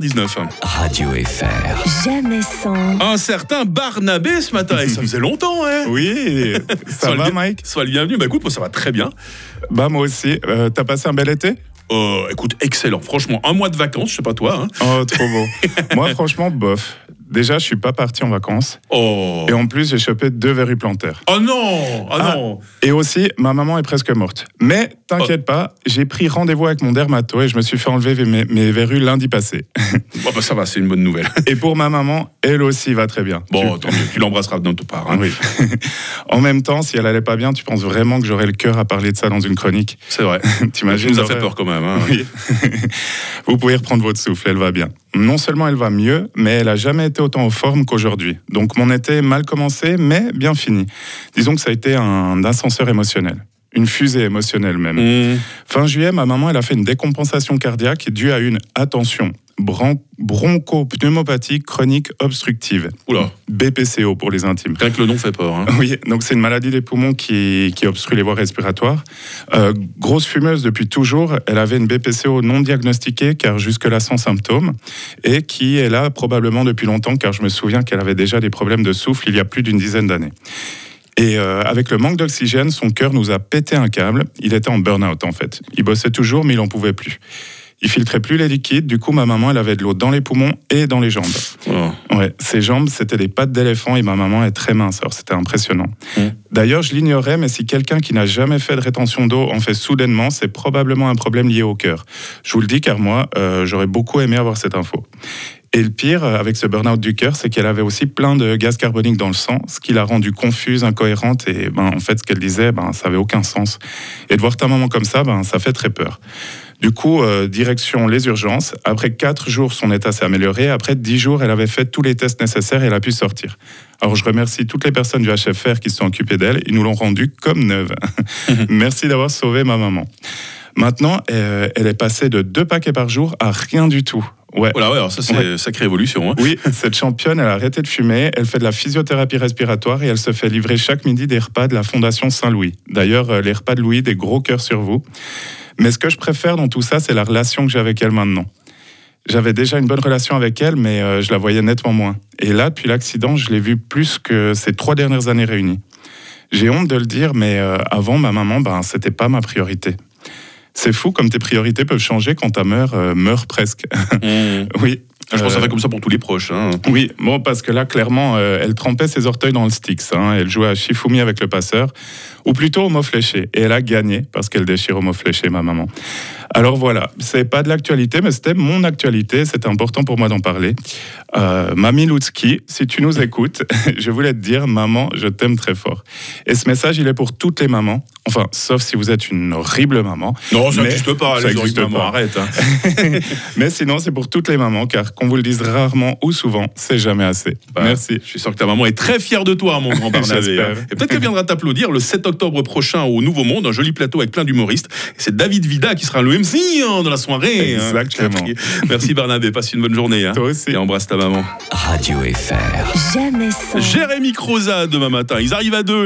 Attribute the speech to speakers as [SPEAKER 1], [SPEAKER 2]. [SPEAKER 1] 19
[SPEAKER 2] Radio FR.
[SPEAKER 3] Jamais sans.
[SPEAKER 1] Un certain Barnabé ce matin, et ça faisait longtemps, hein
[SPEAKER 4] Oui,
[SPEAKER 1] Sois
[SPEAKER 4] ça va
[SPEAKER 1] le bien-
[SPEAKER 4] Mike
[SPEAKER 1] Sois le bienvenu, bah écoute, moi ça va très bien.
[SPEAKER 4] Bah moi aussi. Euh, T'as passé un bel été
[SPEAKER 1] Euh, écoute, excellent, franchement, un mois de vacances, je sais pas toi. hein.
[SPEAKER 4] Oh trop beau. moi franchement bof. Déjà je suis pas parti en vacances
[SPEAKER 1] Oh.
[SPEAKER 4] et en plus j'ai chopé deux verrues plantaires.
[SPEAKER 1] Oh non Oh
[SPEAKER 4] Ah.
[SPEAKER 1] non
[SPEAKER 4] Et aussi ma maman est presque morte. Mais
[SPEAKER 1] Oh.
[SPEAKER 4] t'inquiète pas, j'ai pris rendez-vous avec mon dermato et je me suis fait enlever mes, mes verrues lundi passé.
[SPEAKER 1] Bon, bah, ça va, c'est une bonne nouvelle.
[SPEAKER 4] Et pour ma maman, elle aussi va très bien.
[SPEAKER 1] Bon,
[SPEAKER 4] Tu-
[SPEAKER 1] tant mieux, tu l'embrasseras de notre part. hein.
[SPEAKER 4] Oui. en même temps, si elle allait pas bien, tu penses vraiment que j'aurais le cœur à parler de ça dans une chronique
[SPEAKER 1] C'est vrai. Tu
[SPEAKER 4] T'imagines
[SPEAKER 1] nous as
[SPEAKER 4] l'horreur
[SPEAKER 1] fait peur quand même. hein.
[SPEAKER 4] Oui. Vous pouvez reprendre votre souffle, elle va bien. Non seulement elle va mieux, mais elle a jamais été autant en forme qu'aujourd'hui. Donc mon été mal commencé, mais bien fini. Disons que ça a été un ascenseur émotionnel. Une fusée émotionnelle même.
[SPEAKER 1] Mmh.
[SPEAKER 4] Fin juillet, ma maman, elle a fait une décompensation cardiaque due à une, attention, bron- bronchopneumopathie chronique obstructive.
[SPEAKER 1] Oula,
[SPEAKER 4] BPCO pour les intimes.
[SPEAKER 1] rien que le nom fait peur. hein.
[SPEAKER 4] Oui, donc c'est une maladie des poumons qui, qui obstrue les voies respiratoires. Euh, grosse fumeuse depuis toujours, elle avait une BPCO non diagnostiquée, car jusque-là sans symptômes, et qui est là probablement depuis longtemps, car je me souviens qu'elle avait déjà des problèmes de souffle il y a plus d'une dizaine d'années. Et euh, avec le manque d'oxygène, son cœur nous a pété un câble. Il était en burn-out en fait. Il bossait toujours, mais il n'en pouvait plus. Il filtrait plus les liquides, du coup ma maman elle avait de l'eau dans les poumons et dans les jambes.
[SPEAKER 1] Oh.
[SPEAKER 4] Ouais, ses jambes, c'était des pattes d'éléphant et ma maman est très mince, alors c'était impressionnant.
[SPEAKER 1] Mm.
[SPEAKER 4] D'ailleurs, je l'ignorais, mais si quelqu'un qui n'a jamais fait de rétention d'eau en fait soudainement, c'est probablement un problème lié au cœur. Je vous le dis car moi, euh, j'aurais beaucoup aimé avoir cette info. Et le pire, euh, avec ce burn-out du cœur, c'est qu'elle avait aussi plein de gaz carbonique dans le sang, ce qui l'a rendue confuse, incohérente, et ben, en fait, ce qu'elle disait, ben, ça avait aucun sens. Et de voir ta maman comme ça, ben, ça fait très peur. Du coup, euh, direction les urgences. Après quatre jours, son état s'est amélioré. Après dix jours, elle avait fait tous les tests nécessaires et elle a pu sortir. Alors, je remercie toutes les personnes du HFR qui se sont occupées d'elle. Ils nous l'ont rendue comme neuve. Merci d'avoir sauvé ma maman. Maintenant, euh, elle est passée de deux paquets par jour à rien du tout. Ouais.
[SPEAKER 1] Voilà, ouais, alors ça, c'est sacrée évolution. hein.
[SPEAKER 4] Oui, cette championne, elle a arrêté de fumer, elle fait de la physiothérapie respiratoire et elle se fait livrer chaque midi des repas de la Fondation Saint-Louis. D'ailleurs, euh, les repas de Louis, des gros cœurs sur vous. Mais ce que je préfère dans tout ça, c'est la relation que j'ai avec elle maintenant. J'avais déjà une bonne relation avec elle, mais euh, je la voyais nettement moins. Et là, depuis l'accident, je l'ai vue plus que ces trois dernières années réunies. J'ai honte de le dire, mais euh, avant, ma maman, ben, c'était pas ma priorité. C'est fou comme tes priorités peuvent changer quand ta mère euh, meurt presque.
[SPEAKER 1] Mmh.
[SPEAKER 4] oui.
[SPEAKER 1] Je pense que ça
[SPEAKER 4] Euh,
[SPEAKER 1] va comme ça pour tous les proches. hein.
[SPEAKER 4] oui, bon, parce que là, clairement, euh, elle trempait ses orteils dans le Styx. hein. elle jouait à Shifumi avec le passeur, ou plutôt au mot fléché. Et elle a gagné, parce qu'elle déchire au mot fléché, ma maman. Alors voilà, c'est pas de l'actualité, mais c'était mon actualité. C'était important pour moi d'en parler. Euh, Mamie Lutsky, si tu nous écoutes, je voulais te dire, maman, je t'aime très fort. Et ce message, il est pour toutes les mamans. Enfin, sauf si vous êtes une horrible maman.
[SPEAKER 1] Non, ça
[SPEAKER 4] Mais-
[SPEAKER 1] n'existe pas,
[SPEAKER 4] ça
[SPEAKER 1] les
[SPEAKER 4] existe
[SPEAKER 1] origines,
[SPEAKER 4] pas.
[SPEAKER 1] arrête. hein.
[SPEAKER 4] Mais sinon, c'est pour toutes les mamans, car qu'on vous le dise rarement ou souvent, c'est jamais assez.
[SPEAKER 1] Bah,
[SPEAKER 4] Merci.
[SPEAKER 1] Je suis sûr que ta maman est très fière de toi, mon grand Barnabé. hein.
[SPEAKER 4] J'espère.
[SPEAKER 1] Et peut-être qu'elle viendra t'applaudir le 7 octobre prochain au Nouveau Monde, un joli plateau avec plein d'humoristes. Et C'est David Vida qui sera le MC hein, de la soirée. hein.
[SPEAKER 4] Exactement.
[SPEAKER 1] Merci Barnabé, passe une bonne journée. hein.
[SPEAKER 4] Toi aussi.
[SPEAKER 1] Et embrasse ta maman.
[SPEAKER 2] Radio FR.
[SPEAKER 3] Jamais sans.
[SPEAKER 1] Jérémy Croza demain matin. Ils arrivent à deux.